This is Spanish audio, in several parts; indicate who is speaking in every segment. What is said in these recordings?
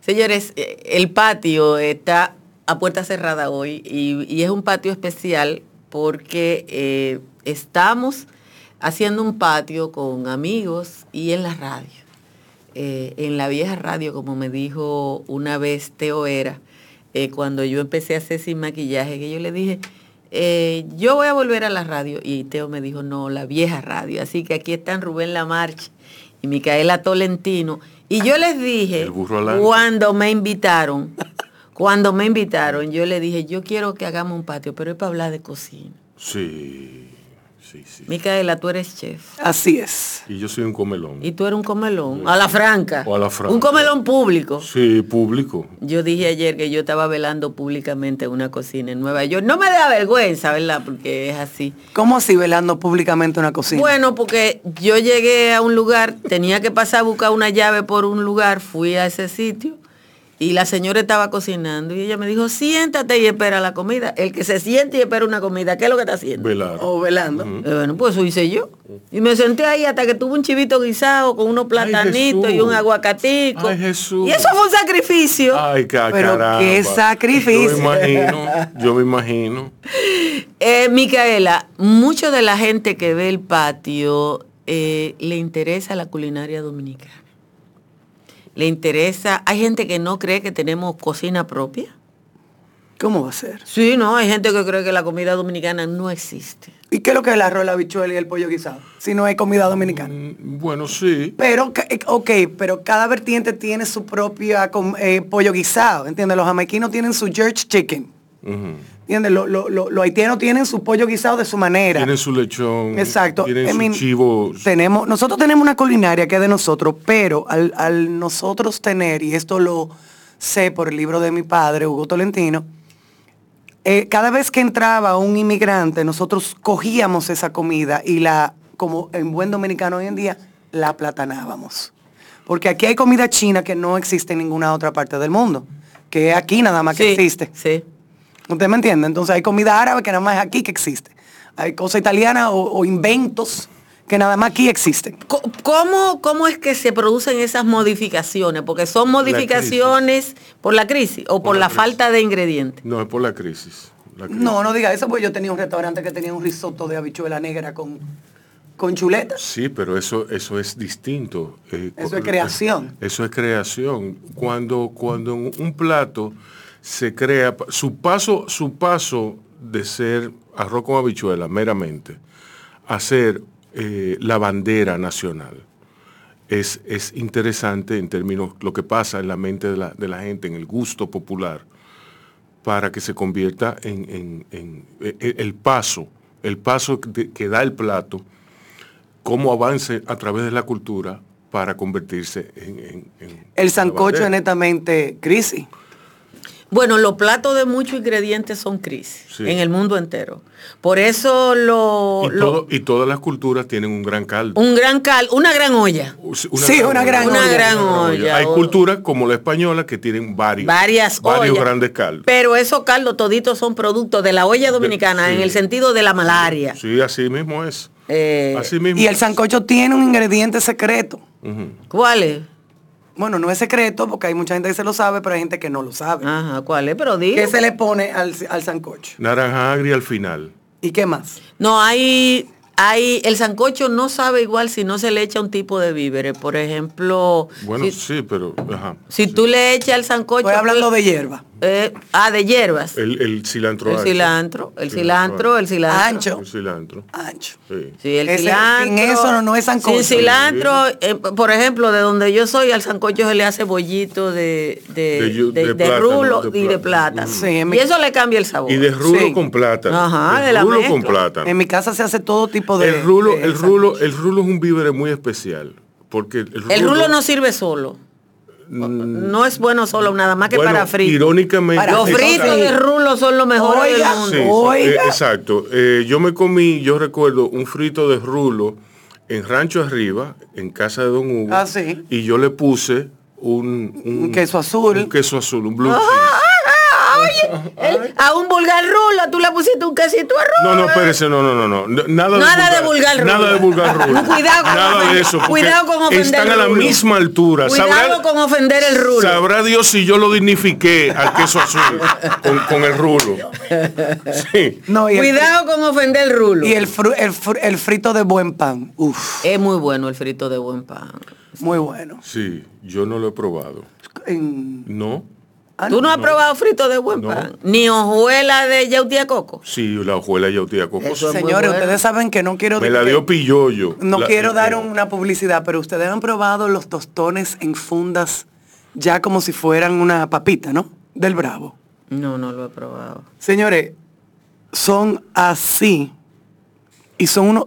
Speaker 1: Señores, eh, el patio está a puerta cerrada hoy y, y es un patio especial porque eh, estamos haciendo un patio con amigos y en la radio. Eh, en la vieja radio, como me dijo una vez Teo Era, eh, cuando yo empecé a hacer sin maquillaje, que yo le dije, eh, yo voy a volver a la radio. Y Teo me dijo, no, la vieja radio. Así que aquí están Rubén Lamarche y Micaela Tolentino. Y yo les dije,
Speaker 2: El burro Alan.
Speaker 1: cuando me invitaron, cuando me invitaron, yo le dije, yo quiero que hagamos un patio, pero es para hablar de cocina.
Speaker 2: Sí, sí, sí.
Speaker 1: Micaela, tú eres chef.
Speaker 3: Así es.
Speaker 2: Y yo soy un comelón.
Speaker 1: Y tú eres un comelón. A la franca.
Speaker 2: O a la franca.
Speaker 1: Un comelón público.
Speaker 2: Sí, público.
Speaker 1: Yo dije ayer que yo estaba velando públicamente en una cocina en Nueva York. No me da vergüenza, ¿verdad? Porque es así.
Speaker 3: ¿Cómo así velando públicamente una cocina?
Speaker 1: Bueno, porque yo llegué a un lugar, tenía que pasar a buscar una llave por un lugar, fui a ese sitio y la señora estaba cocinando y ella me dijo, siéntate y espera la comida. El que se siente y espera una comida, ¿qué es lo que está haciendo?
Speaker 2: Velar.
Speaker 3: o velando.
Speaker 1: Eh, Bueno, pues eso hice yo. Y me senté ahí hasta que tuve un chivito guisado con unos platanitos y
Speaker 2: Jesús.
Speaker 1: un aguacatico.
Speaker 2: Ay, Jesús.
Speaker 1: Y eso fue un sacrificio.
Speaker 2: Ay, ca-
Speaker 3: Pero
Speaker 2: caramba.
Speaker 3: qué sacrificio.
Speaker 2: Yo me imagino, yo me imagino.
Speaker 1: Eh, Micaela, mucho de la gente que ve el patio eh, le interesa la culinaria dominicana. Le interesa, hay gente que no cree que tenemos cocina propia.
Speaker 3: ¿Cómo va a ser?
Speaker 1: Sí, no, hay gente que cree que la comida dominicana no existe.
Speaker 3: ¿Y qué es lo que es el arroz, la habichuela y el pollo guisado? Si no hay comida dominicana.
Speaker 2: Mm, Bueno, sí.
Speaker 3: Pero, ca- eh, ok, pero cada vertiente tiene su propia com- eh, pollo guisado, ¿entiendes? Los jamaiquinos tienen su church chicken,
Speaker 2: Ujú.
Speaker 3: ¿entiendes? Lo- lo- lo- los haitianos tienen su pollo guisado de su manera.
Speaker 2: Tienen su lechón.
Speaker 3: Exacto.
Speaker 2: Tienen
Speaker 3: I
Speaker 2: su
Speaker 3: mean,
Speaker 2: chivo.
Speaker 3: Tenemos, nosotros tenemos una culinaria que es de nosotros, pero al, al nosotros tener, y esto lo sé por el libro de mi padre, Hugo Tolentino, eh, cada vez que entraba un inmigrante, nosotros cogíamos esa comida y la, como en buen dominicano hoy en día, la platanábamos. Porque aquí hay comida china que no existe en ninguna otra parte del mundo, que es aquí nada más que
Speaker 1: Sí,
Speaker 3: existe.
Speaker 1: Sí.
Speaker 3: ¿Usted me entiende? Entonces hay comida árabe que nada más es aquí que existe. Hay cosas italianas o, o inventos que nada más aquí existen.
Speaker 1: Co- ¿Cómo, ¿Cómo es que se producen esas modificaciones? Porque son modificaciones por la crisis o por,
Speaker 2: Por la
Speaker 1: la
Speaker 2: crisis.
Speaker 1: falta de ingredientes.
Speaker 2: No, es por la crisis. La crisis.
Speaker 3: No, no diga eso, porque yo tenía un restaurante que tenía un risotto de habichuela negra con, con chuletas.
Speaker 2: Sí, pero eso, eso es distinto. Eh,
Speaker 3: Eso
Speaker 2: co-
Speaker 3: es creación.
Speaker 2: Eso es creación. Cuando, cuando un un plato se crea, pa- su paso, su paso de ser arroz con habichuela meramente, a ser eh, la bandera nacional, es, es interesante en términos lo que pasa en la mente de la, de la gente, en el gusto popular, para que se convierta en, en- en- e- e- el paso, el paso de- que da el plato cómo avance a través de la cultura para convertirse en... en- en-
Speaker 3: El
Speaker 2: en
Speaker 3: sancocho este es
Speaker 2: bandera.
Speaker 3: netamente crisis.
Speaker 1: Bueno, los platos de muchos ingredientes son crisis
Speaker 2: Sí.
Speaker 1: en el mundo entero. Por eso lo,
Speaker 2: Y,
Speaker 1: lo-
Speaker 2: todo- y todas las culturas tienen un gran caldo.
Speaker 1: un gran cal, una gran olla.
Speaker 3: Sí, una gran Una olla.
Speaker 1: gran olla.
Speaker 2: Hay
Speaker 1: O-
Speaker 2: culturas como la española que tienen varios,
Speaker 1: Varias
Speaker 2: varios
Speaker 1: ollas.
Speaker 2: grandes caldos.
Speaker 1: Pero esos caldos toditos son productos de la olla dominicana
Speaker 2: sí.
Speaker 1: en el sentido de la malaria.
Speaker 2: Sí, así mismo es.
Speaker 1: Eh,
Speaker 2: Así mismo.
Speaker 3: Y el
Speaker 2: es.
Speaker 3: sancocho tiene un ingrediente secreto.
Speaker 2: Ujú.
Speaker 1: ¿Cuál es?
Speaker 3: Bueno, no es secreto porque hay mucha gente que se lo sabe, pero hay gente que no lo sabe.
Speaker 2: Ah.
Speaker 1: Ajá, ¿cuál es? Pero di.
Speaker 3: ¿Qué se le pone al, al sancocho?
Speaker 2: Naranja agria al final.
Speaker 3: ¿Y qué más?
Speaker 1: No, hay, hay, el sancocho no sabe igual si no se le echa un tipo de víveres. Por ejemplo,
Speaker 2: Bueno,
Speaker 1: si,
Speaker 2: sí, pero... ajá.
Speaker 1: si tú le echas al sancocho...
Speaker 3: Estoy hablando
Speaker 1: pues,
Speaker 3: de hierba.
Speaker 1: eh, ah, de hierbas.
Speaker 2: El, el cilantro
Speaker 1: El
Speaker 2: ancho.
Speaker 1: cilantro, el cilantro, el cilantro.
Speaker 3: Ancho.
Speaker 2: El cilantro,
Speaker 3: Ancho.
Speaker 2: sí.
Speaker 1: Sí, el
Speaker 3: Ese- sin
Speaker 1: cilantro.
Speaker 3: eso no- no es sancocho.
Speaker 1: Sin cilantro, eh, p- por ejemplo, de donde yo soy, al sancocho se le hace bollito de, de,
Speaker 2: De yu-
Speaker 1: de-
Speaker 2: de
Speaker 1: de
Speaker 2: plátano,
Speaker 1: rulo
Speaker 2: de
Speaker 1: y de
Speaker 2: plátano.
Speaker 1: plátano.
Speaker 3: Sí, en mi-
Speaker 1: y eso le cambia el sabor.
Speaker 2: Y de rulo
Speaker 3: Sí.
Speaker 2: con plátano.
Speaker 1: Ajá,
Speaker 2: de
Speaker 1: de la
Speaker 2: rulo con
Speaker 1: mezcla.
Speaker 2: plátano.
Speaker 3: En mi casa se hace todo tipo de...
Speaker 2: el rulo,
Speaker 3: de
Speaker 2: el rulo, el rulo es un víver muy especial. Porque el rulo,
Speaker 1: el rulo no sirve solo. No es bueno solo, nada más que
Speaker 2: Bueno,
Speaker 1: para frito.
Speaker 2: Irónicamente.
Speaker 3: Para
Speaker 1: Los fritos de rulo son los mejores del
Speaker 3: Oiga.
Speaker 2: Sí,
Speaker 1: mundo.
Speaker 2: sí,
Speaker 3: Oiga.
Speaker 2: eh, exacto. Eh, yo me comí, yo recuerdo, un frito de rulo en Rancho Arriba, en casa de Don Hugo.
Speaker 3: Ah, sí.
Speaker 2: Y yo le puse un,
Speaker 3: Un queso azul. Ah.
Speaker 2: Un queso azul, un blue cheese.
Speaker 1: Oye, el- a un vulgar rulo, tú le pusiste un quesito a rulo.
Speaker 2: No, no, espérese, no, no, no, no. no, Nada,
Speaker 1: Nada de vulgar rulo.
Speaker 2: Nada de vulgar rulo.
Speaker 1: Cuidado con
Speaker 2: Nada
Speaker 1: ofender-
Speaker 2: de eso. porque
Speaker 1: cuidado con ofender
Speaker 2: Están a la
Speaker 1: rulo.
Speaker 2: misma altura.
Speaker 1: Cuidado con ofender el rulo.
Speaker 2: Sabrá Dios si yo lo dignifiqué al queso azul con, con el rulo. Sí.
Speaker 3: No, y el-
Speaker 1: Cuidado con ofender el rulo.
Speaker 3: Y el, fru- el fru- el frito de buen pan. Uf,
Speaker 1: Es muy bueno el frito de buen pan.
Speaker 3: muy bueno.
Speaker 2: Sí, yo no lo he probado.
Speaker 3: En-
Speaker 2: ¿No?
Speaker 3: Ah,
Speaker 1: ¿Tú no, has probado frito de buen
Speaker 2: No.
Speaker 1: pan? Ni hojuela de yautía coco.
Speaker 2: Sí, la hojuela yautía coco.
Speaker 1: Eso es muy
Speaker 3: Señores,
Speaker 1: bueno.
Speaker 3: ustedes saben que no quiero...
Speaker 2: Me la dio Pilloyo.
Speaker 3: No
Speaker 2: La- eh,
Speaker 3: quiero dar una publicidad, pero ustedes han probado los tostones en fundas ya como si fueran una papita, ¿no? Del Bravo.
Speaker 1: No, no lo he probado.
Speaker 3: Señores, son así y son unos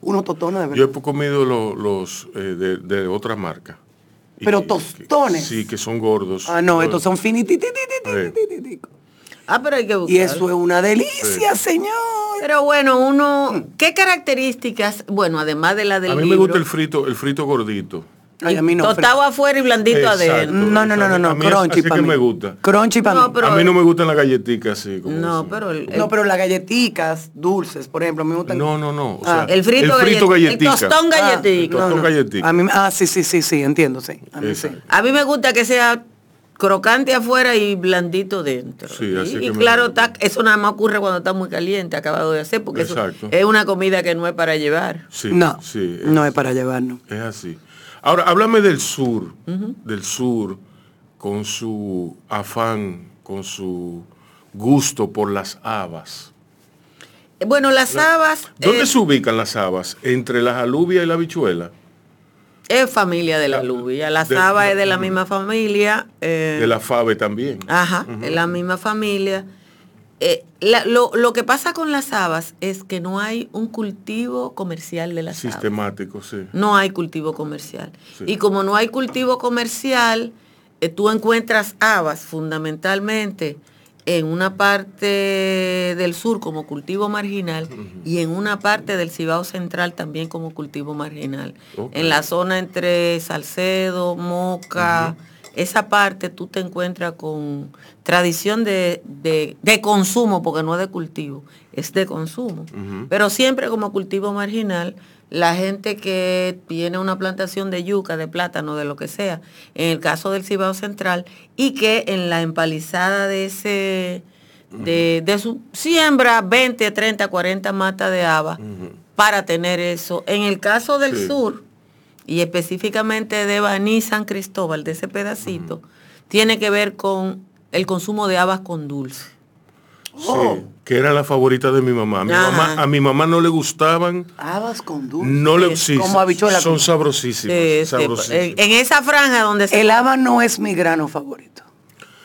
Speaker 3: unos tostones de
Speaker 2: Yo
Speaker 3: verdad.
Speaker 2: he comido lo- los eh, de, de otra marca. Y-
Speaker 3: Pero tostones.
Speaker 2: sí, que son gordos.
Speaker 3: Ah, no, estos son
Speaker 2: Eh.
Speaker 3: finitititititititico.
Speaker 1: Ah, pero hay que buscar.
Speaker 3: Y eso es una delicia, señor.
Speaker 1: Pero bueno, uno, ¿qué características? Bueno, además de la del
Speaker 2: Mm. a mí me
Speaker 1: libro,
Speaker 2: gusta el frito, el frito gordito.
Speaker 3: Ay, a mí no.
Speaker 1: Tostado afuera y blandito
Speaker 2: Exacto.
Speaker 1: adentro.
Speaker 3: No, no, no, no,
Speaker 2: A
Speaker 3: no,
Speaker 2: mí es-
Speaker 3: crunchy
Speaker 2: así
Speaker 3: para
Speaker 2: que
Speaker 3: mí.
Speaker 2: me gusta.
Speaker 3: Crunchy para
Speaker 1: No,
Speaker 3: mí.
Speaker 1: pero-
Speaker 2: a mí no me gustan las galletitas así. Como
Speaker 1: No,
Speaker 2: eso.
Speaker 1: pero el, el-
Speaker 3: No, pero las galletitas dulces, por ejemplo, a mí me gustan.
Speaker 2: No, no, no. o
Speaker 3: Ah,
Speaker 2: sea,
Speaker 1: el frito, gallet-
Speaker 2: galletica.
Speaker 1: El tostón
Speaker 3: Ah,
Speaker 1: galletico.
Speaker 2: tostón galletica.
Speaker 3: A mí, ah, sí, sí, sí, sí, entiendo, sí. A mí sí.
Speaker 2: Exacto.
Speaker 1: A mí me gusta que sea crocante afuera y blandito dentro.
Speaker 2: Sí, así
Speaker 1: y
Speaker 2: que
Speaker 1: y
Speaker 2: me-
Speaker 1: claro, está- eso nada más ocurre cuando está muy caliente, acabado de hacer, porque eso
Speaker 2: Exacto.
Speaker 1: es una comida que no es para llevar.
Speaker 2: Sí,
Speaker 3: no,
Speaker 2: sí, es,
Speaker 3: no es para llevarnos.
Speaker 2: es así. Ahora, háblame del sur, del sur, con su afán, con su gusto por las habas.
Speaker 1: Eh, Bueno, las habas
Speaker 2: ¿Dónde
Speaker 1: eh,
Speaker 2: se ubican las habas? ¿Entre las alubias y la bichuela?
Speaker 1: es familia de la alubia. Las
Speaker 2: Ah, de-
Speaker 1: habas es de la
Speaker 2: de-
Speaker 1: misma familia. eh, Ah,
Speaker 2: De la fave también.
Speaker 1: Ajá, es la misma familia. Eh, la- lo, lo que pasa con las habas es que no hay un cultivo comercial de las habas.
Speaker 2: Sistemático, sí.
Speaker 1: No hay cultivo comercial.
Speaker 2: Sí.
Speaker 1: Y como no hay cultivo comercial, eh, tú encuentras habas fundamentalmente en una parte del sur como cultivo marginal y en una parte del Cibao Central también como cultivo marginal.
Speaker 2: Ok.
Speaker 1: En la zona entre Salcedo, Moca, esa parte tú te encuentras con tradición de, de- de consumo, porque no es de cultivo, es de consumo. Pero siempre como cultivo marginal, la gente que tiene una plantación de yuca, de plátano, de lo que sea, en el caso del Cibao Central, y que en la empalizada de ese... De, de su siembra 20, 30, 40 matas de haba para tener eso. En el caso del
Speaker 2: Sí.
Speaker 1: sur, y específicamente de Baní San Cristóbal, de ese pedacito, tiene que ver con el consumo de habas con dulce.
Speaker 3: Oh,
Speaker 2: Sí, que era la favorita de mi mamá. A mi,
Speaker 1: Oh. Ajá.
Speaker 2: mamá, a mi mamá no le gustaban,
Speaker 3: Habas con dulce.
Speaker 2: no le sí,
Speaker 3: Como habichuela.
Speaker 2: Son
Speaker 3: con-
Speaker 2: sabrosísimas.
Speaker 1: Sí, eh, sí,
Speaker 2: sabrosísimas.
Speaker 1: pues, en, en esa franja donde se...
Speaker 3: El haba no es mi grano favorito,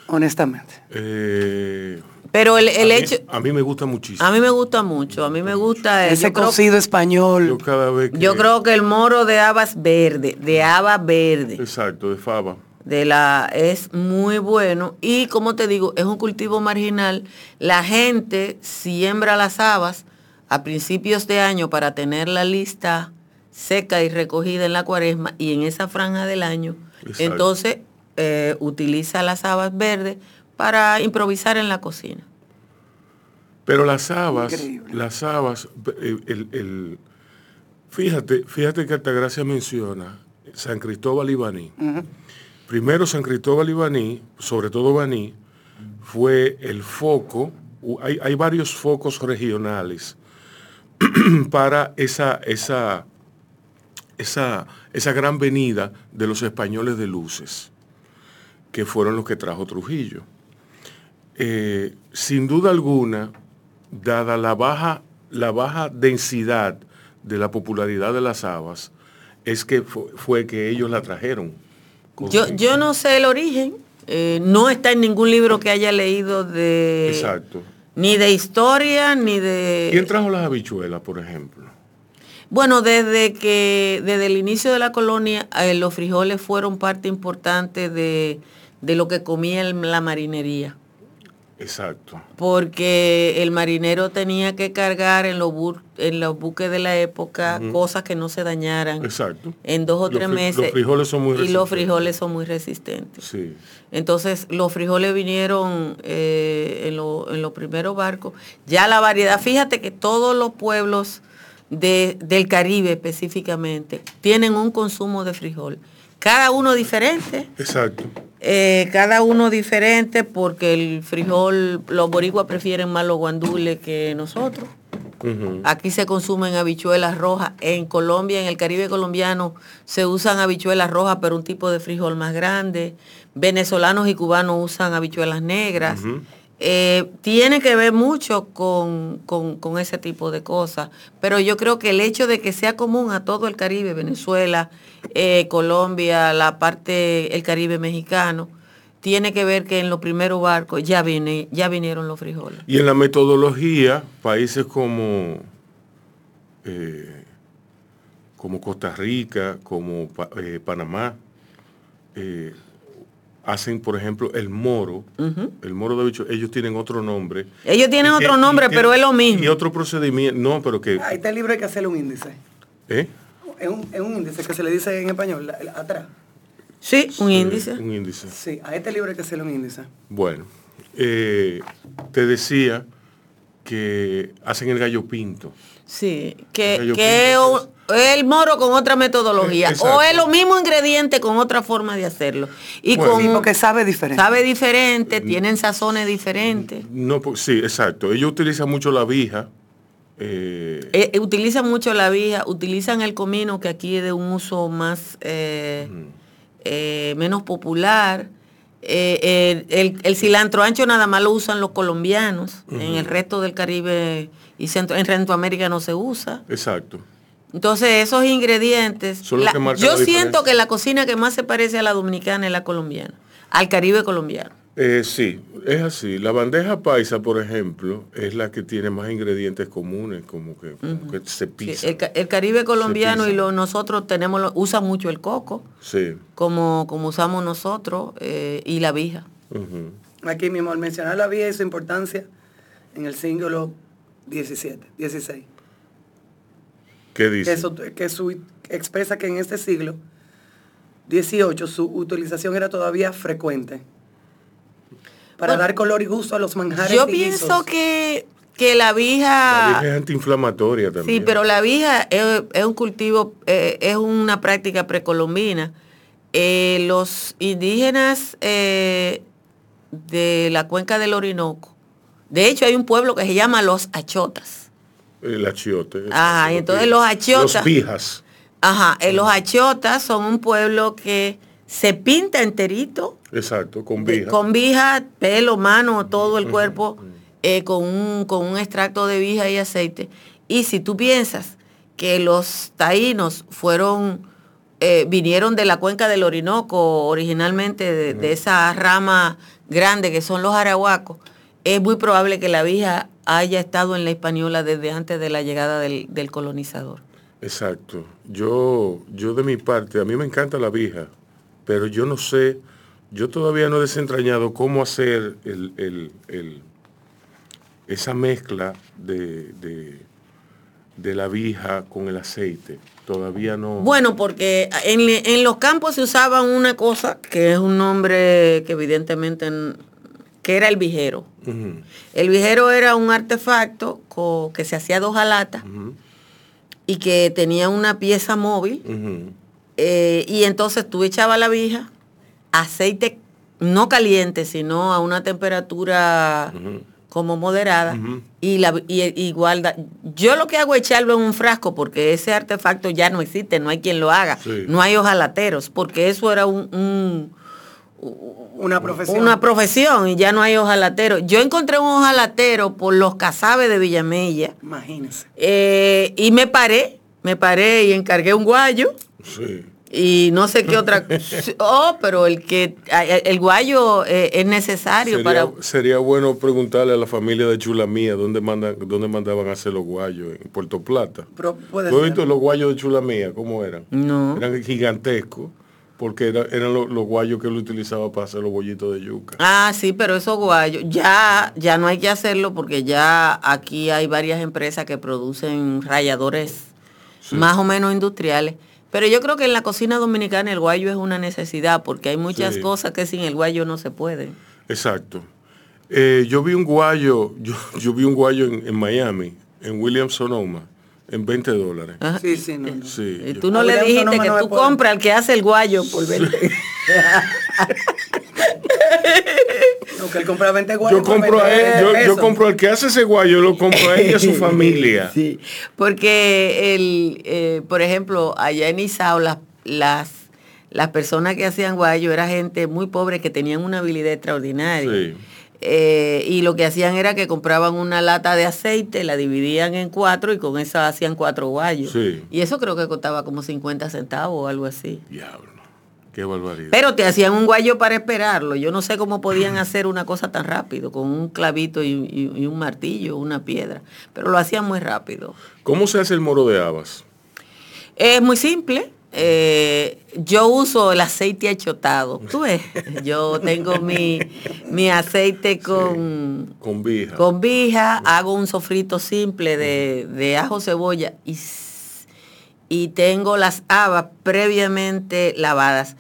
Speaker 3: honestamente.
Speaker 2: Eh,
Speaker 1: pero el, el
Speaker 2: a mí-
Speaker 1: hecho...
Speaker 2: a mí me gusta muchísimo.
Speaker 1: A mí me gusta mucho, a mí me gusta... eh,
Speaker 3: Ese
Speaker 1: yo creo-
Speaker 3: cocido español.
Speaker 2: yo cada vez que-
Speaker 1: yo creo que el moro de habas verde, de haba verde.
Speaker 2: Exacto, de fava.
Speaker 1: de la es muy bueno y como te digo es un cultivo marginal la gente siembra las habas a principios de año para tener la lista seca y recogida en la cuaresma y en esa franja del año
Speaker 2: Exacto.
Speaker 1: entonces eh, utiliza las habas verdes para improvisar en la cocina
Speaker 2: Pero las habas,
Speaker 3: Increíble.
Speaker 2: las habas, eh, el, el- fíjate, fíjate que Altagracia menciona San Cristóbal y Baní. Primero San Cristóbal y Baní, sobre todo Baní, fue el foco, u- hay, hay varios focos regionales para esa, esa, esa, esa gran venida de los españoles de luces, que fueron los que trajo Trujillo. Eh, sin duda alguna, dada la baja, la baja densidad de la popularidad de las habas, es que fu- fue, que ellos la trajeron. Con-
Speaker 1: yo, yo no sé el origen eh, no está en ningún libro que haya leído de
Speaker 2: Exacto.
Speaker 1: ni de historia ni de
Speaker 2: ¿Quién trajo las habichuelas, por ejemplo?
Speaker 1: Bueno, desde que desde el inicio de la colonia eh, los frijoles fueron parte importante de, de lo que comía el- la marinería.
Speaker 2: Exacto.
Speaker 1: porque el marinero tenía que cargar en los, bu- en los buques de la época cosas que no se dañaran
Speaker 2: Exacto.
Speaker 1: en dos o
Speaker 2: Los
Speaker 1: tres
Speaker 2: fri-
Speaker 1: meses.
Speaker 2: los frijoles son muy
Speaker 1: Y los
Speaker 2: resistentes.
Speaker 1: frijoles son muy resistentes.
Speaker 2: Sí.
Speaker 1: Entonces, los frijoles vinieron eh, en, lo- en los primeros barcos. Ya la variedad, fíjate que todos los pueblos de- del Caribe específicamente tienen un consumo de frijol. Cada uno diferente.
Speaker 2: Exacto.
Speaker 1: Eh, cada uno diferente porque el frijol, los boricuas prefieren más los guandules que nosotros.
Speaker 2: Ujú.
Speaker 1: Aquí se consumen habichuelas rojas. En Colombia, en el Caribe colombiano, se usan habichuelas rojas, pero un tipo de frijol más grande. Venezolanos y cubanos usan habichuelas negras.
Speaker 2: Ujú.
Speaker 1: Eh, tiene que ver mucho con, con- con ese tipo de cosas. Pero yo creo que el hecho de que sea común a todo el Caribe, Venezuela, eh, Colombia, la parte, el Caribe mexicano, tiene que ver que en los primeros barcos ya, vine- ya vinieron los frijoles.
Speaker 2: Y en la metodología, países como, eh, como Costa Rica, como Pa- eh, Panamá, eh, hacen, por ejemplo, el moro.
Speaker 1: Ujú.
Speaker 2: El moro de bicho, ellos tienen otro nombre.
Speaker 1: Ellos tienen
Speaker 2: Y
Speaker 1: otro
Speaker 2: que- y
Speaker 1: nombre,
Speaker 2: que-
Speaker 1: pero es lo mismo.
Speaker 2: Y otro procedimiento, no, pero que...
Speaker 3: A este libro hay que hacerle un índice.
Speaker 2: ¿eh?
Speaker 3: Es un, es un índice que se le dice en español, la- la- atrás.
Speaker 1: Sí, un índice.
Speaker 2: Un índice.
Speaker 3: Sí, a este libro hay que hacerle un índice.
Speaker 2: Bueno, eh, te decía que hacen el gallo pinto.
Speaker 1: Sí,
Speaker 2: Porque
Speaker 1: que,
Speaker 2: yo
Speaker 1: que es
Speaker 2: pienso
Speaker 1: un- el moro con otra metodología.
Speaker 2: Eh, exacto.
Speaker 1: o es lo mismo ingrediente con otra forma de hacerlo. Y
Speaker 2: Bueno.
Speaker 1: con,
Speaker 2: Sí,
Speaker 3: Porque sabe diferente.
Speaker 1: sabe diferente, tienen sazones diferentes.
Speaker 2: No, pues, sí, exacto. Ellos utilizan mucho la vija. eh,
Speaker 1: Eh, eh, utilizan mucho la vija, utilizan el comino que aquí es de un uso más eh,
Speaker 2: Mm.
Speaker 1: eh, menos popular. Eh, el, el- el cilantro ancho nada más lo usan los colombianos. En el resto del Caribe y centro, en Centroamérica no se usa.
Speaker 2: exacto.
Speaker 1: Entonces, esos ingredientes.
Speaker 2: Son los
Speaker 1: la-
Speaker 2: que marcan
Speaker 1: yo
Speaker 2: la diferencia.
Speaker 1: siento que la cocina que más se parece a la dominicana es la colombiana, al Caribe colombiano.
Speaker 2: Eh, sí, es así. La bandeja paisa, por ejemplo, es la que tiene más ingredientes comunes, como que, como que se
Speaker 1: Sí,
Speaker 2: pisa.
Speaker 1: El, ca- el Caribe colombiano
Speaker 2: pisa.
Speaker 1: y lo- nosotros tenemos, lo- usa mucho el coco,
Speaker 2: Sí.
Speaker 1: como, como usamos nosotros, eh, y la vija.
Speaker 2: ujú.
Speaker 3: Aquí mismo, al mencionar la vida y su importancia en el símbolo 17, 16.
Speaker 2: ¿Qué
Speaker 3: Que,
Speaker 2: dice?
Speaker 3: eso, que su, expresa que en este siglo 18 su utilización era todavía frecuente para
Speaker 1: Bueno,
Speaker 3: dar color y gusto a los manjares.
Speaker 1: Yo
Speaker 3: y guisos.
Speaker 1: pienso que, que la
Speaker 2: La
Speaker 1: vija...
Speaker 2: vija es antiinflamatoria también.
Speaker 1: Ah. Sí, pero la vija es, es un cultivo, eh, es una práctica precolombina. Eh, los indígenas eh, de la cuenca del Orinoco, de hecho hay un pueblo que se llama los Achotas.
Speaker 2: El achiote.
Speaker 1: Ajá, y
Speaker 2: Los
Speaker 1: Ah, entonces
Speaker 2: vi-
Speaker 1: los achiotas-
Speaker 2: Los vijas.
Speaker 1: Ajá, eh, los Achotas son un pueblo que se pinta enterito
Speaker 2: Exacto, con
Speaker 1: de-
Speaker 2: vija.
Speaker 1: con vija, pelo, mano, todo el cuerpo, eh, con, un, con un extracto de vija y aceite. Y si tú piensas que los taínos fueron, eh, vinieron de la cuenca del Orinoco originalmente, de, de esa rama grande que son los arahuacos, es muy probable que la vija haya estado en la española desde antes de la llegada del, del colonizador.
Speaker 2: Exacto. Yo, yo de mi parte, a mí me encanta la vija, pero yo no sé, yo todavía no he desentrañado cómo hacer el, el- el- esa mezcla de, de- de la vija con el aceite. Todavía no.
Speaker 1: Bueno, porque en, en los campos se usaba una cosa que es un nombre que evidentemente n- que era el vijero.
Speaker 2: Ujú,
Speaker 1: El vijero era un artefacto co- que se hacía de hojalata
Speaker 2: ujú,
Speaker 1: y que tenía una pieza móvil
Speaker 2: ujú.
Speaker 1: eh, y entonces tú echabas la vija, aceite no caliente, sino a una temperatura
Speaker 2: Ujú.
Speaker 1: como moderada.
Speaker 2: Ujú.
Speaker 1: Y, la, y, y guarda. Yo lo que hago es echarlo en un frasco porque ese artefacto ya no existe, no hay quien lo haga,
Speaker 2: Sí.
Speaker 1: no hay hojalateros, porque eso era un- un,
Speaker 3: una profesión.
Speaker 1: una profesión y ya no hay hojalateros. Yo encontré un hojalatero por los casabes de Villamella
Speaker 3: Imagínense.
Speaker 1: eh, y me paré, me paré y encargué un guayo
Speaker 2: Sí.
Speaker 1: y no sé qué otra. oh, pero el que el guayo eh, es necesario
Speaker 2: Sería,
Speaker 1: para.
Speaker 2: sería bueno preguntarle a la familia de Chulamía dónde, mandan, dónde mandaban a hacer los guayos, en Puerto Plata.
Speaker 3: Pro- puede
Speaker 2: ¿Tú has
Speaker 3: ser.
Speaker 2: visto los guayos de Chulamía? ¿Cómo eran?
Speaker 1: No.
Speaker 2: Eran gigantescos. porque era- eran lo- los guayos que él utilizaba para hacer los bollitos de yuca.
Speaker 1: Ah, sí, pero esos guayos, ya, ya no hay que hacerlo porque ya aquí hay varias empresas que producen ralladores
Speaker 2: Sí.
Speaker 1: más o menos industriales. Pero yo creo que en la cocina dominicana el guayo es una necesidad porque hay muchas
Speaker 2: Sí.
Speaker 1: cosas que sin el guayo no se pueden.
Speaker 2: Exacto. Eh, yo vi un guayo, yo, yo vi un guayo en, en Miami, en Williams Sonoma, en 20 dólares.
Speaker 1: Ajá.
Speaker 3: Sí, sí, no. no.
Speaker 2: Sí,
Speaker 1: Y
Speaker 2: yo-
Speaker 1: tú no
Speaker 3: Ah,
Speaker 1: le
Speaker 3: mira, un
Speaker 1: dijiste que
Speaker 3: fenómeno
Speaker 1: tú
Speaker 3: de poder.
Speaker 1: compras al que hace el guayo por 20.
Speaker 3: No, que él compra 20 guayos
Speaker 2: yo
Speaker 3: por
Speaker 2: compro a
Speaker 3: 20
Speaker 2: él, yo, yo
Speaker 3: pesos.
Speaker 2: compro al que hace ese guayo, lo compro a él y a su familia.
Speaker 1: Sí, porque el, eh, por ejemplo, allá en Isao las, las, las personas que hacían guayo era gente muy pobre que tenían una habilidad extraordinaria.
Speaker 2: Sí.
Speaker 1: Eh, y lo que hacían era que compraban una lata de aceite, la dividían en cuatro y con eso hacían cuatro guayos.
Speaker 2: Sí.
Speaker 1: Y eso creo que costaba como 50 centavos o algo así.
Speaker 2: Diablo, qué barbaridad.
Speaker 1: Pero te hacían un guayo para esperarlo. Yo no sé cómo podían hacer una cosa tan rápido, con un clavito y, y- y un martillo, una piedra. Pero lo hacían muy rápido.
Speaker 2: ¿Cómo se hace el moro de habas?
Speaker 1: Es muy simple. Eh, yo uso el aceite achotado. Tú ves, yo tengo mi, mi aceite con,
Speaker 2: Con vija.
Speaker 1: con vija, hago un sofrito simple de, de ajo, cebolla y, s- y tengo las habas previamente lavadas.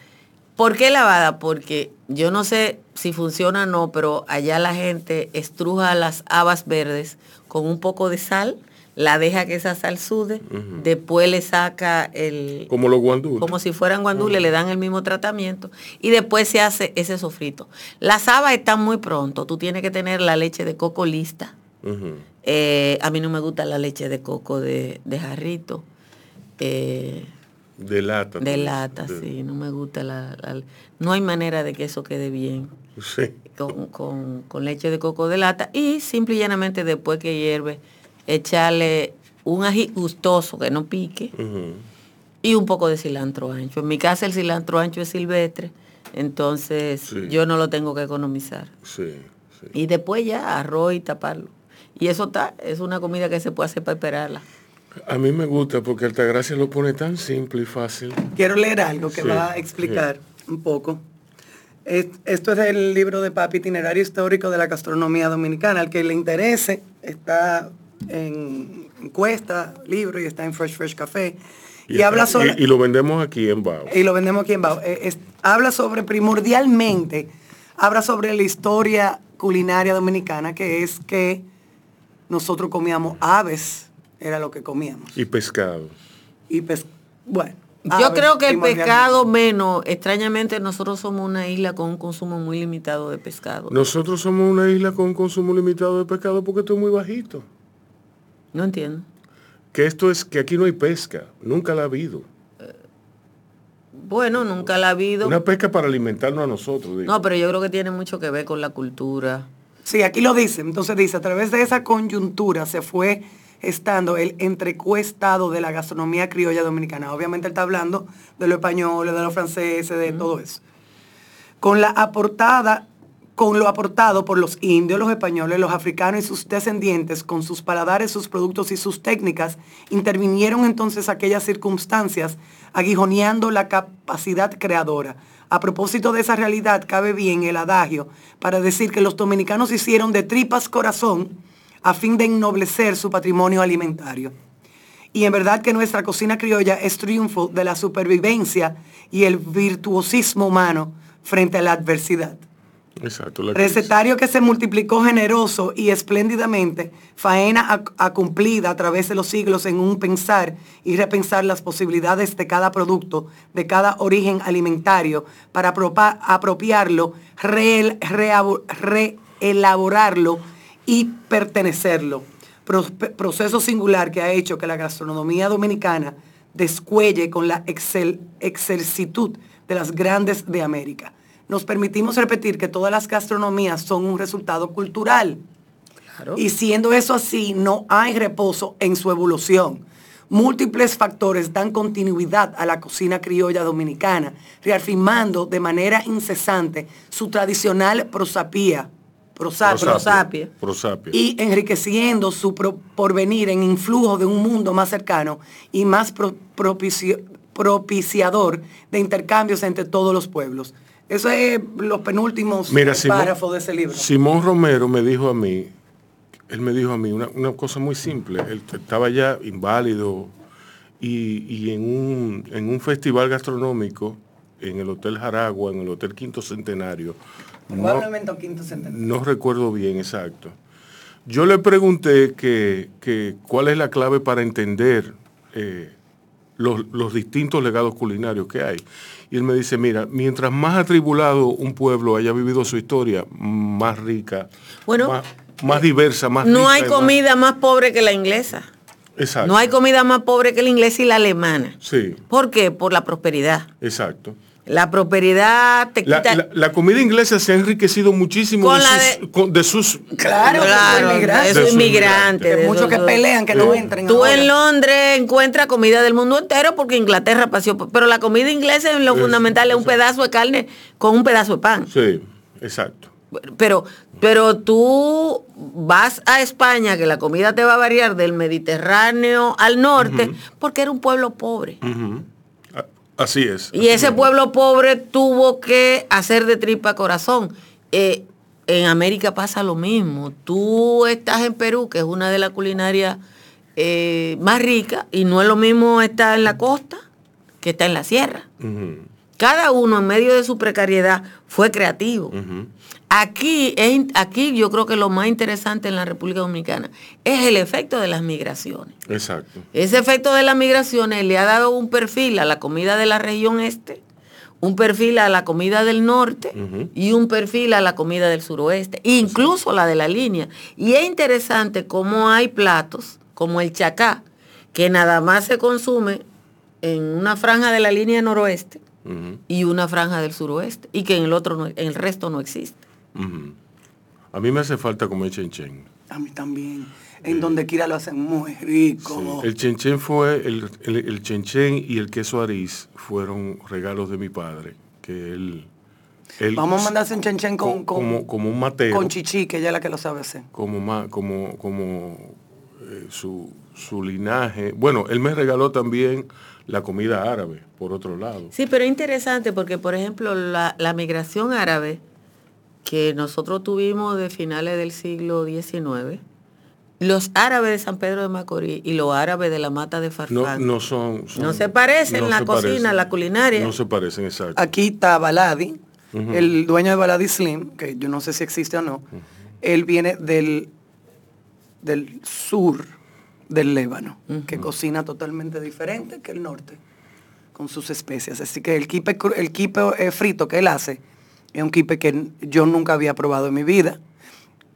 Speaker 1: ¿Por qué lavadas? Porque yo no sé si funciona o no, pero allá la gente estruja las habas verdes con un poco de sal, la deja que esa sal sude,
Speaker 2: Ujú.
Speaker 1: después le saca el,
Speaker 2: Como los guandules.
Speaker 1: como si fueran guandules, le dan el mismo tratamiento y después se hace ese sofrito. Las habas están muy pronto, tú tienes que tener la leche de coco lista.
Speaker 2: Ujú.
Speaker 1: Eh, a mí no me gusta la leche de coco de, de jarrito, eh,
Speaker 2: De lata.
Speaker 1: de
Speaker 2: tú
Speaker 1: lata,
Speaker 2: dices.
Speaker 1: sí, no me gusta la, la- No hay manera de que eso quede bien
Speaker 2: Sí.
Speaker 1: con, con- con leche de coco de lata y simple y llanamente después que hierve, echarle un ají gustoso que no pique
Speaker 2: Ujú.
Speaker 1: y un poco de cilantro ancho. En mi casa el cilantro ancho es silvestre, entonces
Speaker 2: Sí.
Speaker 1: yo no lo tengo que economizar.
Speaker 2: Sí, sí.
Speaker 1: Y después ya arroz y taparlo. Y eso está, es una comida que se puede hacer para esperarla.
Speaker 2: A mí me gusta porque Altagracia lo pone tan simple y fácil.
Speaker 3: Quiero leer algo que
Speaker 2: Sí,
Speaker 3: va a explicar un poco. Es- Esto es del libro de Papi, Itinerario Histórico de la Gastronomía Dominicana. Al que le interese, está en encuesta, libro y está en Fresh Fresh Café. Y, habla sobre...
Speaker 2: Y, y lo vendemos aquí en Bao.
Speaker 3: Y lo vendemos aquí en Bao. Eh, es- habla sobre, primordialmente, habla sobre la historia culinaria dominicana, que es que nosotros comíamos aves, era lo que comíamos.
Speaker 2: Y pescado.
Speaker 3: Y pues, bueno.
Speaker 1: Yo
Speaker 3: aves,
Speaker 1: creo que el
Speaker 3: Ah, primordialmente.
Speaker 1: pescado menos, extrañamente nosotros somos una isla con un consumo muy limitado de pescado. No,
Speaker 2: Nosotros somos una isla con consumo limitado de pescado porque esto es muy bajito.
Speaker 1: entiendo.
Speaker 2: Que esto es que aquí no hay pesca. Nunca la ha habido.
Speaker 1: Bueno, nunca la ha habido.
Speaker 2: Una pesca para alimentarnos a nosotros. digo.
Speaker 1: No, pero yo creo que tiene mucho que ver con la cultura.
Speaker 3: Sí, aquí lo dice. Entonces dice, a través de esa coyuntura se fue estando el entrecuestado de la gastronomía criolla dominicana. Obviamente él está hablando de los españoles, de los franceses, de todo eso. Con la aportada, con lo aportado por los indios, los españoles, los africanos y sus descendientes, con sus paladares, sus productos y sus técnicas, intervinieron entonces aquellas circunstancias, aguijoneando la capacidad creadora. A propósito de esa realidad, cabe bien el adagio para decir que los dominicanos hicieron de tripas corazón a fin de ennoblecer su patrimonio alimentario. Y en verdad que nuestra cocina criolla es triunfo de la supervivencia y el virtuosismo humano frente a la adversidad.
Speaker 2: Exacto. la crisis.
Speaker 3: Recetario que se multiplicó generoso y espléndidamente, faena ac- acumplida a través de los siglos en un pensar y repensar las posibilidades de cada producto, de cada origen alimentario, para apropa- apropiarlo, reel- reabo- reelaborarlo y pertenecerlo. Pro- proceso singular que ha hecho que la gastronomía dominicana descuelle con la excel- excelsitud de las grandes de América. Nos permitimos repetir que todas las gastronomías son un resultado cultural.
Speaker 1: Claro.
Speaker 3: Y siendo eso así, no hay reposo en su evolución. Múltiples factores dan continuidad a la cocina criolla dominicana, reafirmando de manera incesante su tradicional prosapía, prosa-
Speaker 1: Prosapia.
Speaker 2: Prosapia.
Speaker 3: y enriqueciendo su pro- porvenir en influjo de un mundo más cercano y más pro- propicio- propiciador de intercambios entre todos los pueblos. Eso es los penúltimos
Speaker 2: Mira, Simón-
Speaker 3: párrafos de ese libro.
Speaker 2: Simón Romero me dijo a mí, él me dijo a mí una, una cosa muy simple. Él estaba ya inválido y, y en, un, en un festival gastronómico, en el Hotel Jaragua, en el Hotel Quinto Centenario. no-
Speaker 3: Probablemente un quinto centenario.
Speaker 2: No recuerdo bien, exacto. Yo le pregunté que, que cuál es la clave para entender eh, los, los distintos legados culinarios que hay. Y él me dice, mira, mientras más atribulado un pueblo haya vivido su historia, más rica,
Speaker 1: Bueno,
Speaker 2: más, más diversa, más
Speaker 1: No
Speaker 2: rica
Speaker 1: hay
Speaker 2: y más-
Speaker 1: comida más pobre que la inglesa.
Speaker 2: Exacto.
Speaker 1: No hay comida más pobre que la inglesa y la alemana.
Speaker 2: Sí,
Speaker 1: ¿Por qué? Por la prosperidad.
Speaker 2: exacto.
Speaker 1: La prosperidad te
Speaker 2: La,
Speaker 1: quita...
Speaker 2: la- la comida inglesa se ha enriquecido muchísimo
Speaker 1: Con
Speaker 2: de
Speaker 1: la
Speaker 2: sus,
Speaker 1: de-
Speaker 2: con- de sus-
Speaker 3: Claro,
Speaker 1: Claro,
Speaker 3: esos inmigrantes.
Speaker 1: esos
Speaker 2: De sus
Speaker 1: inmigrantes.
Speaker 2: inmigrantes.
Speaker 1: de
Speaker 3: Muchos que
Speaker 1: esos-
Speaker 3: pelean, que no
Speaker 2: Sí.
Speaker 3: entren.
Speaker 1: Tú
Speaker 3: ahora.
Speaker 1: en Londres encuentras comida del mundo entero porque Inglaterra pasó, pero la comida inglesa en lo
Speaker 2: Es-
Speaker 1: fundamental es un pedazo de carne con un pedazo de pan.
Speaker 2: Sí, exacto.
Speaker 1: Pero, pero tú vas a España, que la comida te va a variar del Mediterráneo al norte, porque era un pueblo pobre.
Speaker 2: Ujú. A- Así es.
Speaker 1: Y
Speaker 2: así
Speaker 1: ese
Speaker 2: mismo.
Speaker 1: pueblo pobre tuvo que hacer de tripa corazón. Eh, en América pasa lo mismo. Tú estás en Perú, que es una de las culinarias eh, más ricas, y no es lo mismo estar en la costa que estar en la sierra.
Speaker 2: Ujú,
Speaker 1: Cada uno en medio de su precariedad fue creativo.
Speaker 2: ujú.
Speaker 1: Aquí, es in- aquí yo creo que lo más interesante en la República Dominicana es el efecto de las migraciones.
Speaker 2: Exacto.
Speaker 1: Ese efecto de las migraciones le ha dado un perfil a la comida de la región este, un perfil a la comida del norte
Speaker 2: Ujú.
Speaker 1: y un perfil a la comida del suroeste, incluso la de la línea. Y es interesante cómo hay platos como el chacá, que nada más se consume en una franja de la línea noroeste
Speaker 2: Ujú,
Speaker 1: y una franja del suroeste, y que en el otro no- en el resto no existe.
Speaker 2: ujú. A mí me hace falta comer chenchen.
Speaker 3: A mí también. En donde quiera lo hacen muy rico.
Speaker 2: El chenchen fue, el, el, el chenchen y el queso arís fueron regalos de mi padre, que él... él
Speaker 3: Vamos a mandarse un chenchen con,
Speaker 2: co-
Speaker 3: con,
Speaker 2: como, como un mateo,
Speaker 3: con chichi, que ella es la que lo sabe hacer.
Speaker 2: como, ma- como, como eh, su, su linaje. Bueno, él me regaló también la comida árabe, por otro lado.
Speaker 1: Sí, pero es interesante porque, por ejemplo, la, la migración árabe que nosotros tuvimos de finales del siglo XIX, los árabes de San Pedro de Macorís y los árabes de la Mata de
Speaker 2: No,
Speaker 1: Farfán,
Speaker 2: no son, son-
Speaker 1: No se parecen la
Speaker 2: se
Speaker 1: cocina, la culinaria.
Speaker 2: No se parecen, exacto.
Speaker 3: Aquí está Baladi,
Speaker 2: Ujú.
Speaker 3: el dueño de Baladi Slim, que yo no sé si existe o no. Él viene del, del sur del Líbano, que cocina totalmente diferente que el norte, con sus especias. Así que el quipe, cru- el quipe eh, frito que él hace es un quipe que n- yo nunca había probado en mi vida,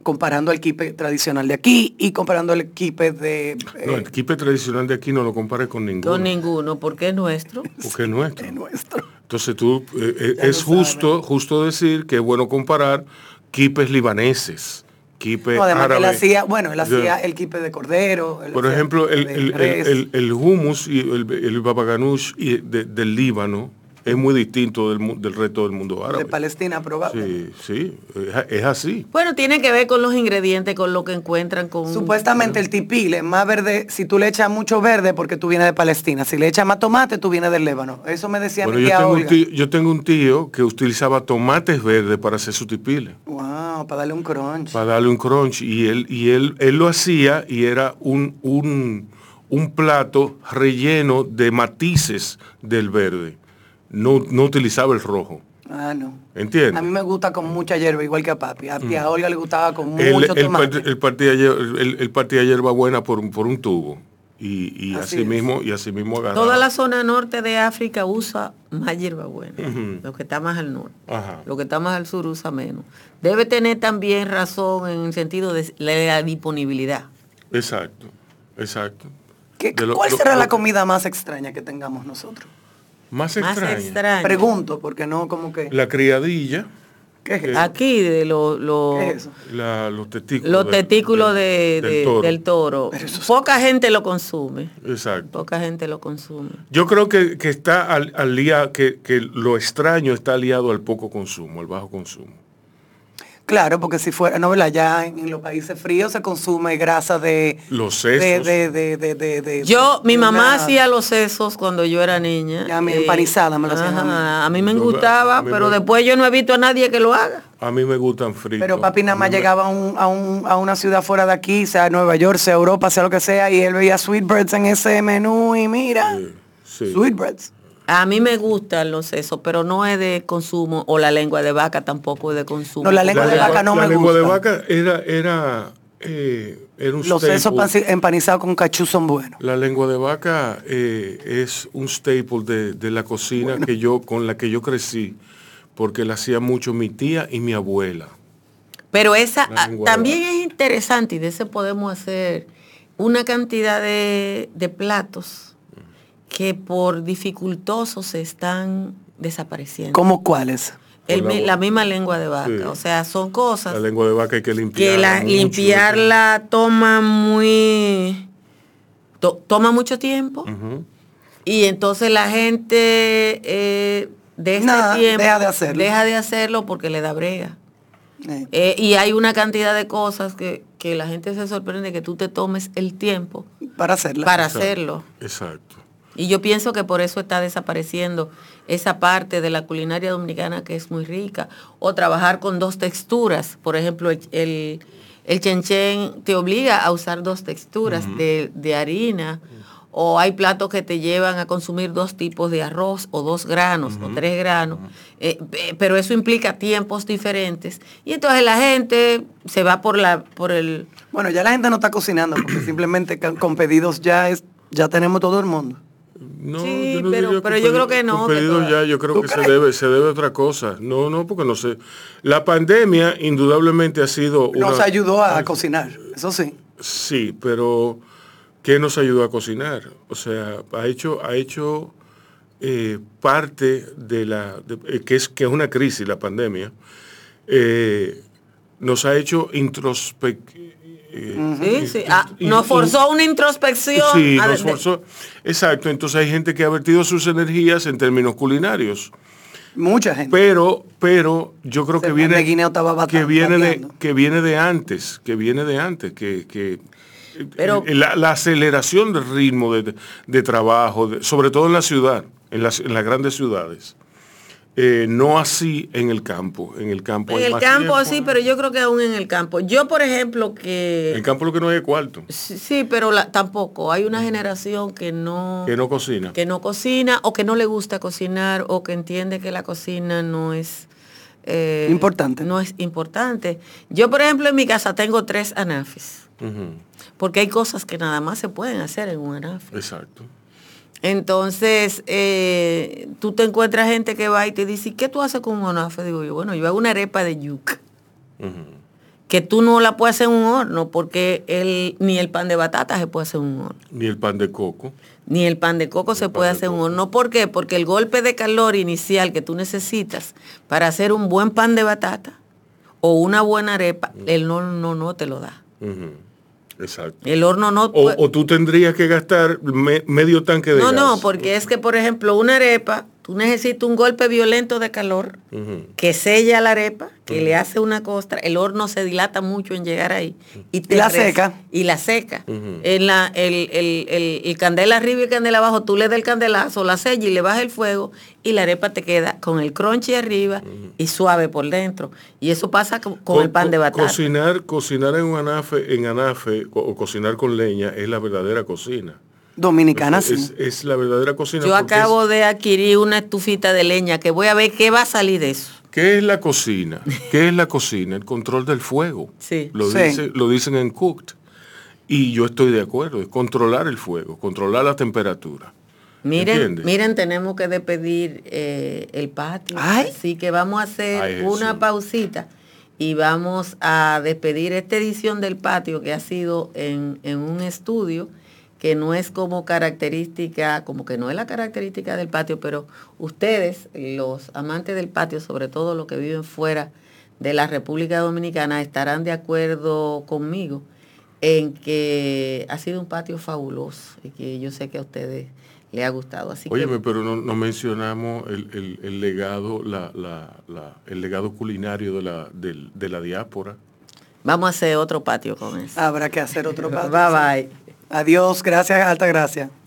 Speaker 3: comparando al quipe tradicional de aquí y comparando al quipe de...
Speaker 2: No,
Speaker 3: eh,
Speaker 2: el quipe tradicional de aquí no lo compares con ninguno.
Speaker 1: con ninguno, porque es nuestro.
Speaker 2: Porque es nuestro.
Speaker 3: de nuestro.
Speaker 2: Entonces tú, eh, eh,
Speaker 3: Ya
Speaker 2: es
Speaker 3: lo saben.
Speaker 2: justo, justo decir que es bueno comparar quipes libaneses, quipes
Speaker 3: No, además que él
Speaker 2: árabes.
Speaker 3: hacía, bueno, él
Speaker 2: Yo-
Speaker 3: hacía el quipe de cordero. él
Speaker 2: Por
Speaker 3: hacía
Speaker 2: ejemplo, el,
Speaker 3: de
Speaker 2: el,
Speaker 3: res.
Speaker 2: humus y el, el babaganush y de- del Líbano es muy distinto del, mu- del resto del mundo árabe.
Speaker 3: de Palestina probable.
Speaker 2: Sí, sí, es, a- es así.
Speaker 1: Bueno, tiene que ver con los ingredientes, con lo que encuentran, con...
Speaker 3: Supuestamente el tipil es más verde si tú le echas mucho verde porque tú vienes de Palestina. Si le echas más tomate, tú vienes del Líbano. Eso me decía
Speaker 2: Bueno,
Speaker 3: mi
Speaker 2: yo
Speaker 3: tía
Speaker 2: tengo, un
Speaker 3: Olga.
Speaker 2: tío, yo tengo un tío que utilizaba tomates verdes para hacer su tipile.
Speaker 3: Wow, para darle un crunch.
Speaker 2: para darle un crunch y él y él él lo hacía y era un un, un plato relleno de matices del verde. No no utilizaba el rojo,
Speaker 3: Ah, no.
Speaker 2: ¿entiendes?
Speaker 3: A mí me gusta con mucha hierba, igual que a papi. A tía Olga le gustaba con
Speaker 2: Mm. El,
Speaker 3: mucho
Speaker 2: el
Speaker 3: tomate.
Speaker 2: part- el partía hier- el- el partía hierbabuena por, un- por un tubo y, y
Speaker 3: Así
Speaker 2: así,
Speaker 3: es.
Speaker 2: mismo y así mismo agarraba.
Speaker 1: Toda la zona norte de África usa más hierbabuena, lo que está más al norte.
Speaker 2: Ajá.
Speaker 1: Lo que está más al sur usa menos. Debe tener también razón en el sentido de la, la disponibilidad.
Speaker 2: Exacto. Exacto.
Speaker 3: ¿Qué-
Speaker 2: de lo-
Speaker 3: ¿Cuál
Speaker 2: lo-
Speaker 3: será
Speaker 2: lo-
Speaker 3: la comida más extraña que tengamos nosotros?
Speaker 1: Más
Speaker 2: Más extraña.
Speaker 1: extraña.
Speaker 3: Pregunto, porque no como que...
Speaker 2: La criadilla,
Speaker 3: ¿Qué es eso?
Speaker 1: Aquí de lo- lo-
Speaker 3: ¿Qué es eso?
Speaker 2: la- los testículos.
Speaker 1: los
Speaker 2: del-
Speaker 1: testículos de-
Speaker 2: del
Speaker 1: de-
Speaker 2: toro.
Speaker 1: del toro. Poca gente lo consume.
Speaker 2: Exacto.
Speaker 1: Poca gente lo consume.
Speaker 2: Yo creo que, que está al, al lia- que, que lo extraño está aliado al poco consumo, al bajo consumo.
Speaker 3: Claro, porque si fuera, no, ¿verdad? Ya en, en los países fríos se consume grasa de...
Speaker 2: Los
Speaker 3: de,
Speaker 2: sesos.
Speaker 3: de, de, de, de- de-
Speaker 1: Yo, mi
Speaker 3: de
Speaker 1: mamá
Speaker 3: una-
Speaker 1: hacía los sesos cuando yo era niña.
Speaker 3: Ya, mi empanizada me lo hacían a
Speaker 1: ajá,
Speaker 3: mí.
Speaker 1: a mí. me
Speaker 2: Yo-
Speaker 1: gustaba,
Speaker 2: a mí
Speaker 1: pero
Speaker 2: me-
Speaker 1: después yo no he visto a nadie que lo haga.
Speaker 2: A mí me gustan fritos.
Speaker 3: Pero papi nada
Speaker 2: A
Speaker 3: más
Speaker 2: mí me-
Speaker 3: llegaba a, un- a un- a una ciudad fuera de aquí, sea Nueva York, sea Europa, sea lo que sea, y él veía Sweetbreads en ese menú y mira,
Speaker 2: Sí, sí.
Speaker 3: Sweetbreads.
Speaker 1: A mí me gustan los sesos, pero no es de consumo, o la lengua de vaca tampoco es de consumo.
Speaker 3: No, la lengua de
Speaker 1: popular.
Speaker 3: vaca no
Speaker 2: la
Speaker 3: me
Speaker 2: lengua de
Speaker 3: gusta.
Speaker 2: vaca era, era, eh, era un
Speaker 3: Los sesos
Speaker 2: staple.
Speaker 3: panci- empanizados con cachú son buenos.
Speaker 2: La lengua de vaca eh, es un staple de, de la cocina que yo, con la que yo crecí, porque la hacía mucho mi tía y mi abuela.
Speaker 1: Pero esa
Speaker 2: La
Speaker 1: ah,
Speaker 2: lengua de
Speaker 1: también
Speaker 2: vaca.
Speaker 1: es interesante y de ese podemos hacer una cantidad de, de platos que por dificultosos están desapareciendo.
Speaker 3: ¿Cómo cuáles?
Speaker 1: El
Speaker 2: Por
Speaker 1: mi-
Speaker 2: la-
Speaker 1: la misma lengua de vaca.
Speaker 2: Sí.
Speaker 1: O sea, son
Speaker 2: La
Speaker 3: Ah.
Speaker 1: cosas
Speaker 2: lengua de vaca hay que
Speaker 1: que
Speaker 2: limpiarla.
Speaker 1: la,
Speaker 2: mucho.
Speaker 1: limpiarla toma muy... to- toma mucho tiempo.
Speaker 2: Ujú.
Speaker 1: Y entonces la gente eh, de este
Speaker 3: Nada,
Speaker 1: tiempo
Speaker 3: deja de hacerlo.
Speaker 1: deja de hacerlo porque le da brega.
Speaker 3: Eh,
Speaker 1: Eh, y hay una cantidad de cosas que, que la gente se sorprende que tú te tomes el tiempo
Speaker 3: para hacerla.
Speaker 1: para
Speaker 2: Exacto,
Speaker 1: hacerlo.
Speaker 2: Exacto.
Speaker 1: Y yo pienso que por eso está desapareciendo esa parte de la culinaria dominicana que es muy rica. O trabajar con dos texturas. Por ejemplo, el, el, el chenchén te obliga a usar dos texturas de, de harina. O hay platos que te llevan a consumir dos tipos de arroz o dos granos o tres granos. Eh, pe- pero eso implica tiempos diferentes. Y entonces la gente se va por, la, por el...
Speaker 3: Bueno, ya la gente no está cocinando porque simplemente ca- con pedidos ya es, ya tenemos todo el mundo.
Speaker 2: No,
Speaker 1: Sí,
Speaker 2: yo no
Speaker 1: pero- pero
Speaker 2: diría con
Speaker 1: yo
Speaker 2: pedi-
Speaker 1: creo que no,
Speaker 2: con
Speaker 1: que
Speaker 2: pedidos
Speaker 1: toda-
Speaker 2: ya, yo creo
Speaker 3: ¿Tú
Speaker 2: que
Speaker 3: crees?
Speaker 2: se debe, se debe a otra cosa. No, no, porque no sé. La pandemia indudablemente ha sido
Speaker 3: Nos
Speaker 2: una-
Speaker 3: ayudó a cocinar, eso sí.
Speaker 2: Sí, pero ¿qué nos ayudó a cocinar? O sea, ha hecho, ha hecho eh, parte de la, de- eh, que, es, que es una crisis la pandemia, eh, nos ha hecho introspección.
Speaker 1: Sí, sí. Ah, nos forzó una introspección.
Speaker 2: Sí,
Speaker 1: a-
Speaker 2: nos
Speaker 1: de-
Speaker 2: forzó. Exacto, entonces hay gente que ha vertido sus energías en términos culinarios.
Speaker 3: Mucha gente.
Speaker 2: Pero, pero yo creo
Speaker 3: Se
Speaker 2: que
Speaker 3: van
Speaker 2: viene,
Speaker 3: de Guinea, estaba bata-
Speaker 2: que, viene de,
Speaker 3: bateando.
Speaker 2: que viene de antes, que viene de antes, que, que
Speaker 1: Pero-
Speaker 2: eh, la, la aceleración del ritmo de, de trabajo, de- sobre todo en la ciudad, en las, en las grandes ciudades. Eh, no así en el campo. En el campo
Speaker 1: En
Speaker 2: hay
Speaker 1: el
Speaker 2: más
Speaker 1: campo
Speaker 2: tiempo.
Speaker 1: sí, pero yo creo que aún en el campo. Yo, por ejemplo,
Speaker 2: En el
Speaker 1: que...
Speaker 2: campo lo que no hay es cuarto,
Speaker 1: Sí, sí, pero la- tampoco. Hay una generación que no,
Speaker 2: que no cocina.
Speaker 1: que no cocina o que no le gusta cocinar o que entiende que la cocina no es... eh,
Speaker 3: Importante.
Speaker 1: No es importante. Yo, por ejemplo, en mi casa tengo tres anafis,
Speaker 2: Ujú,
Speaker 1: porque hay cosas que nada más se pueden hacer en un anafe.
Speaker 2: Exacto.
Speaker 1: Entonces, eh, tú te encuentras gente que va y te dice, "¿Y ¿qué tú haces con un anafe? Digo yo, bueno, yo hago una arepa de yuca.
Speaker 2: Ujú.
Speaker 1: que tú no la puedes hacer en un horno porque el, ni el pan de batata se puede hacer en un horno,
Speaker 2: Ni el pan de coco.
Speaker 1: ni el pan de coco se
Speaker 2: pan
Speaker 1: puede
Speaker 2: de
Speaker 1: hacer en un
Speaker 2: coco.
Speaker 1: horno. ¿Por qué? Porque el golpe de calor inicial que tú necesitas para hacer un buen pan de batata o una buena arepa, el horno no, no te lo da.
Speaker 2: Ujú, Exacto.
Speaker 1: El horno no...
Speaker 2: O,
Speaker 1: puede-
Speaker 2: o tú tendrías que gastar me- medio tanque de
Speaker 1: Pues- no,
Speaker 2: gas.
Speaker 1: no, porque es que, por ejemplo, una arepa, tú necesitas un golpe violento de calor
Speaker 2: Ujú.
Speaker 1: que sella la arepa, que le hace una costra, el horno se dilata mucho en llegar ahí. Y, te
Speaker 3: la
Speaker 1: res-
Speaker 3: seca.
Speaker 1: Y la seca.
Speaker 2: Ujú.
Speaker 1: en la, el, el- el- el candela arriba y el candela abajo, tú le das el candelazo, la sella y le bajas el fuego y la arepa te queda con el crunchy arriba y suave por dentro. Y eso pasa co- con,
Speaker 2: Co-
Speaker 1: el pan de
Speaker 2: co-
Speaker 1: batata.
Speaker 2: Cocinar, cocinar en un anafe, en anafe co- o cocinar con leña es la verdadera cocina.
Speaker 3: Dominicana
Speaker 2: es,
Speaker 3: sí.
Speaker 2: es la verdadera cocina.
Speaker 1: Yo
Speaker 2: porque
Speaker 1: acabo de adquirir una estufita de leña que voy a ver qué va a salir de eso.
Speaker 2: es- ¿Qué es la cocina? ¿Qué es la cocina? El control del fuego.
Speaker 1: Sí.
Speaker 2: Lo,
Speaker 3: Sí.
Speaker 2: dice- lo dicen en Cooked. Y yo estoy de acuerdo. Es controlar el fuego, controlar la temperatura.
Speaker 1: Miren,
Speaker 2: ¿Entiendes?
Speaker 1: miren, tenemos que despedir eh, el patio.
Speaker 3: Ay.
Speaker 1: Así que vamos a hacer
Speaker 2: Ay, Jesús.
Speaker 1: una pausita y vamos a despedir esta edición del patio que ha sido en, en un estudio que no es como característica, como que no es la característica del patio, pero ustedes, los amantes del patio, sobre todo los que viven fuera de la República Dominicana, estarán de acuerdo conmigo en que ha sido un patio fabuloso y que yo sé que a ustedes le ha gustado. Así
Speaker 2: Óyeme,
Speaker 1: que,
Speaker 2: pero no, no mencionamos el, el- el legado, la- la- la- el legado culinario de la, del- de la diáspora.
Speaker 1: vamos a hacer otro patio con eso.
Speaker 3: Habrá que hacer Ah, otro paso.
Speaker 1: Bye bye.
Speaker 3: Adiós, gracias, alta gracia.